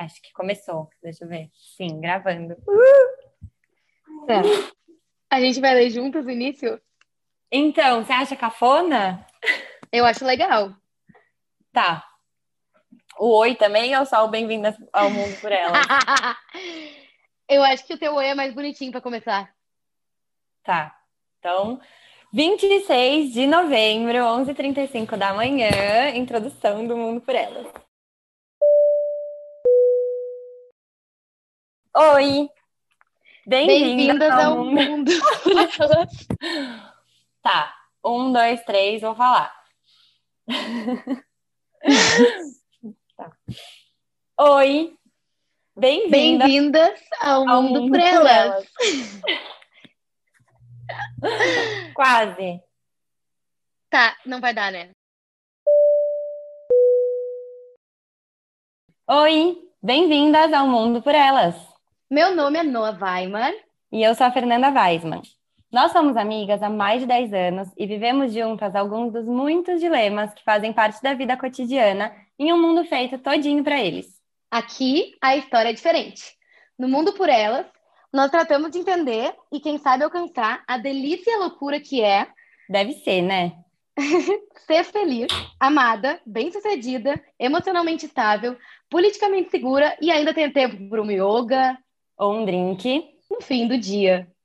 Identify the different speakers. Speaker 1: Acho que começou. Deixa eu ver. Sim, gravando.
Speaker 2: Tá. A gente vai ler juntas o início?
Speaker 1: Então, você acha cafona?
Speaker 2: Eu acho legal.
Speaker 1: Tá. O oi também ou só o bem-vinda ao mundo por ela?
Speaker 2: Eu acho que o teu oi é mais bonitinho pra começar.
Speaker 1: Tá. Então, 26 de novembro, 11h35 da manhã, introdução do Mundo por Elas. Oi! Bem-vindas
Speaker 2: Bem-vindas ao mundo.
Speaker 1: Tá, um, dois, três, vou falar. Tá. Oi, bem-vinda
Speaker 2: Bem-vindas ao
Speaker 1: ao
Speaker 2: mundo
Speaker 1: mundo
Speaker 2: por
Speaker 1: por
Speaker 2: elas.
Speaker 1: elas. Quase.
Speaker 2: Tá, não vai dar, né?
Speaker 1: Oi, bem-vindas ao Mundo por Elas.
Speaker 2: Meu nome é Noah Weimar.
Speaker 1: E eu sou a Fernanda Weisman. Nós somos amigas há mais de 10 anos e vivemos juntas alguns dos muitos dilemas que fazem parte da vida cotidiana em um mundo feito todinho para eles.
Speaker 2: Aqui a história é diferente. No mundo por elas, nós tratamos de entender e quem sabe alcançar a delícia e a loucura que é
Speaker 1: Deve ser, né?
Speaker 2: ser feliz, amada, bem-sucedida, emocionalmente estável, politicamente segura e ainda tem tempo para um yoga
Speaker 1: Ou um drink.
Speaker 2: no fim do dia.